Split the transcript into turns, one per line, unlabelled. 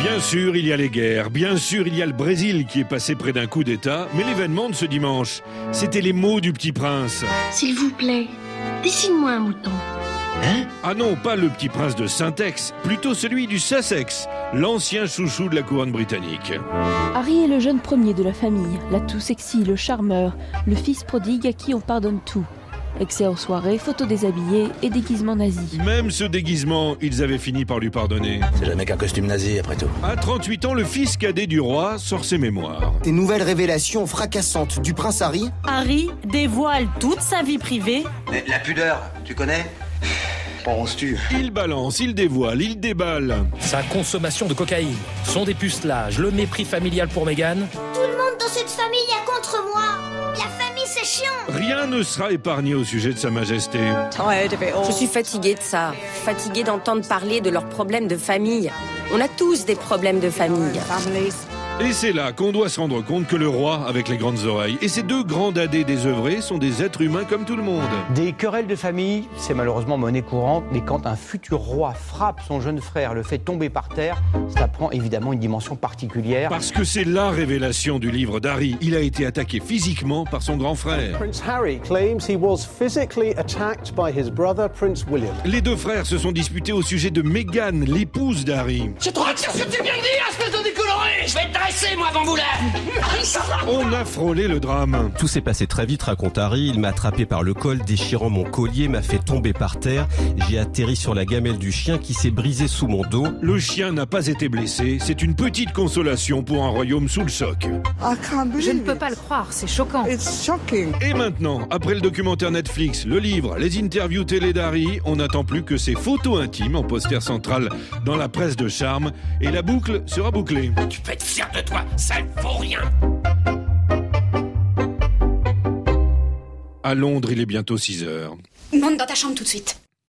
Bien sûr, il y a les guerres, bien sûr, il y a le Brésil qui est passé près d'un coup d'État, mais l'événement de ce dimanche, c'était les mots du petit prince.
S'il vous plaît, dessine-moi un mouton.
Ah non, pas le petit prince de Saint-Ex, plutôt celui du Sussex, l'ancien chouchou de la couronne britannique.
Harry est le jeune premier de la famille, l'atout sexy, le charmeur, le fils prodigue à qui on pardonne tout. Excès en soirée, photos déshabillées et déguisements nazis.
Même ce déguisement, ils avaient fini par lui pardonner.
C'est jamais qu'un costume nazi après tout.
À 38 ans, le fils cadet du roi sort ses mémoires.
Des nouvelles révélations fracassantes du prince Harry
Harry dévoile toute sa vie privée.
La pudeur, tu connais Penses-tu
Il balance, il dévoile, il déballe.
Sa consommation de cocaïne, son dépucelage, le mépris familial pour Meghan,
Tout le monde dans cette famille est contre moi. La famille, c'est chiant.
Rien ne sera épargné au sujet de Sa Majesté.
Je suis fatiguée de ça, fatiguée d'entendre parler de leurs problèmes de famille. On a tous des problèmes de famille.
Et c'est là qu'on doit se rendre compte que le roi, avec les grandes oreilles, et ses deux grands dadés désœuvrés sont des êtres humains comme tout le monde.
Des querelles de famille, c'est malheureusement monnaie courante, mais quand un futur roi frappe son jeune frère, le fait tomber par terre, ça prend évidemment une dimension particulière.
Parce que c'est la révélation du livre d'Harry. Il a été attaqué physiquement par son grand frère.
Prince Harry claims he was physically attacked by his brother, Prince William.
Les deux frères se sont disputés au sujet de Meghan, l'épouse d'Harry.
Je te retire ce que tu viens de dire, hein, espèce de décoloré Je vais te dresser, moi, avant vous là
On a frôlé le drame.
Tout s'est passé très vite, raconte Harry. Il m'a attrapé par le col, déchirant mon collier, m'a fait tomber par terre. J'ai atterri sur la gamelle du chien qui s'est brisée sous mon dos.
Le chien n'a pas été blessé, c'est une petite consolation pour un royaume sous le choc.
Je ne peux pas le croire, c'est choquant.
Et maintenant, après le documentaire Netflix, le livre, les interviews télé d'Harry, on n'attend plus que ses photos intimes en poster central dans la presse de charme et la boucle sera bouclée.
Tu peux être fier de toi, ça ne vaut rien
À Londres, il est bientôt 6 heures.
Monte dans ta chambre tout de suite.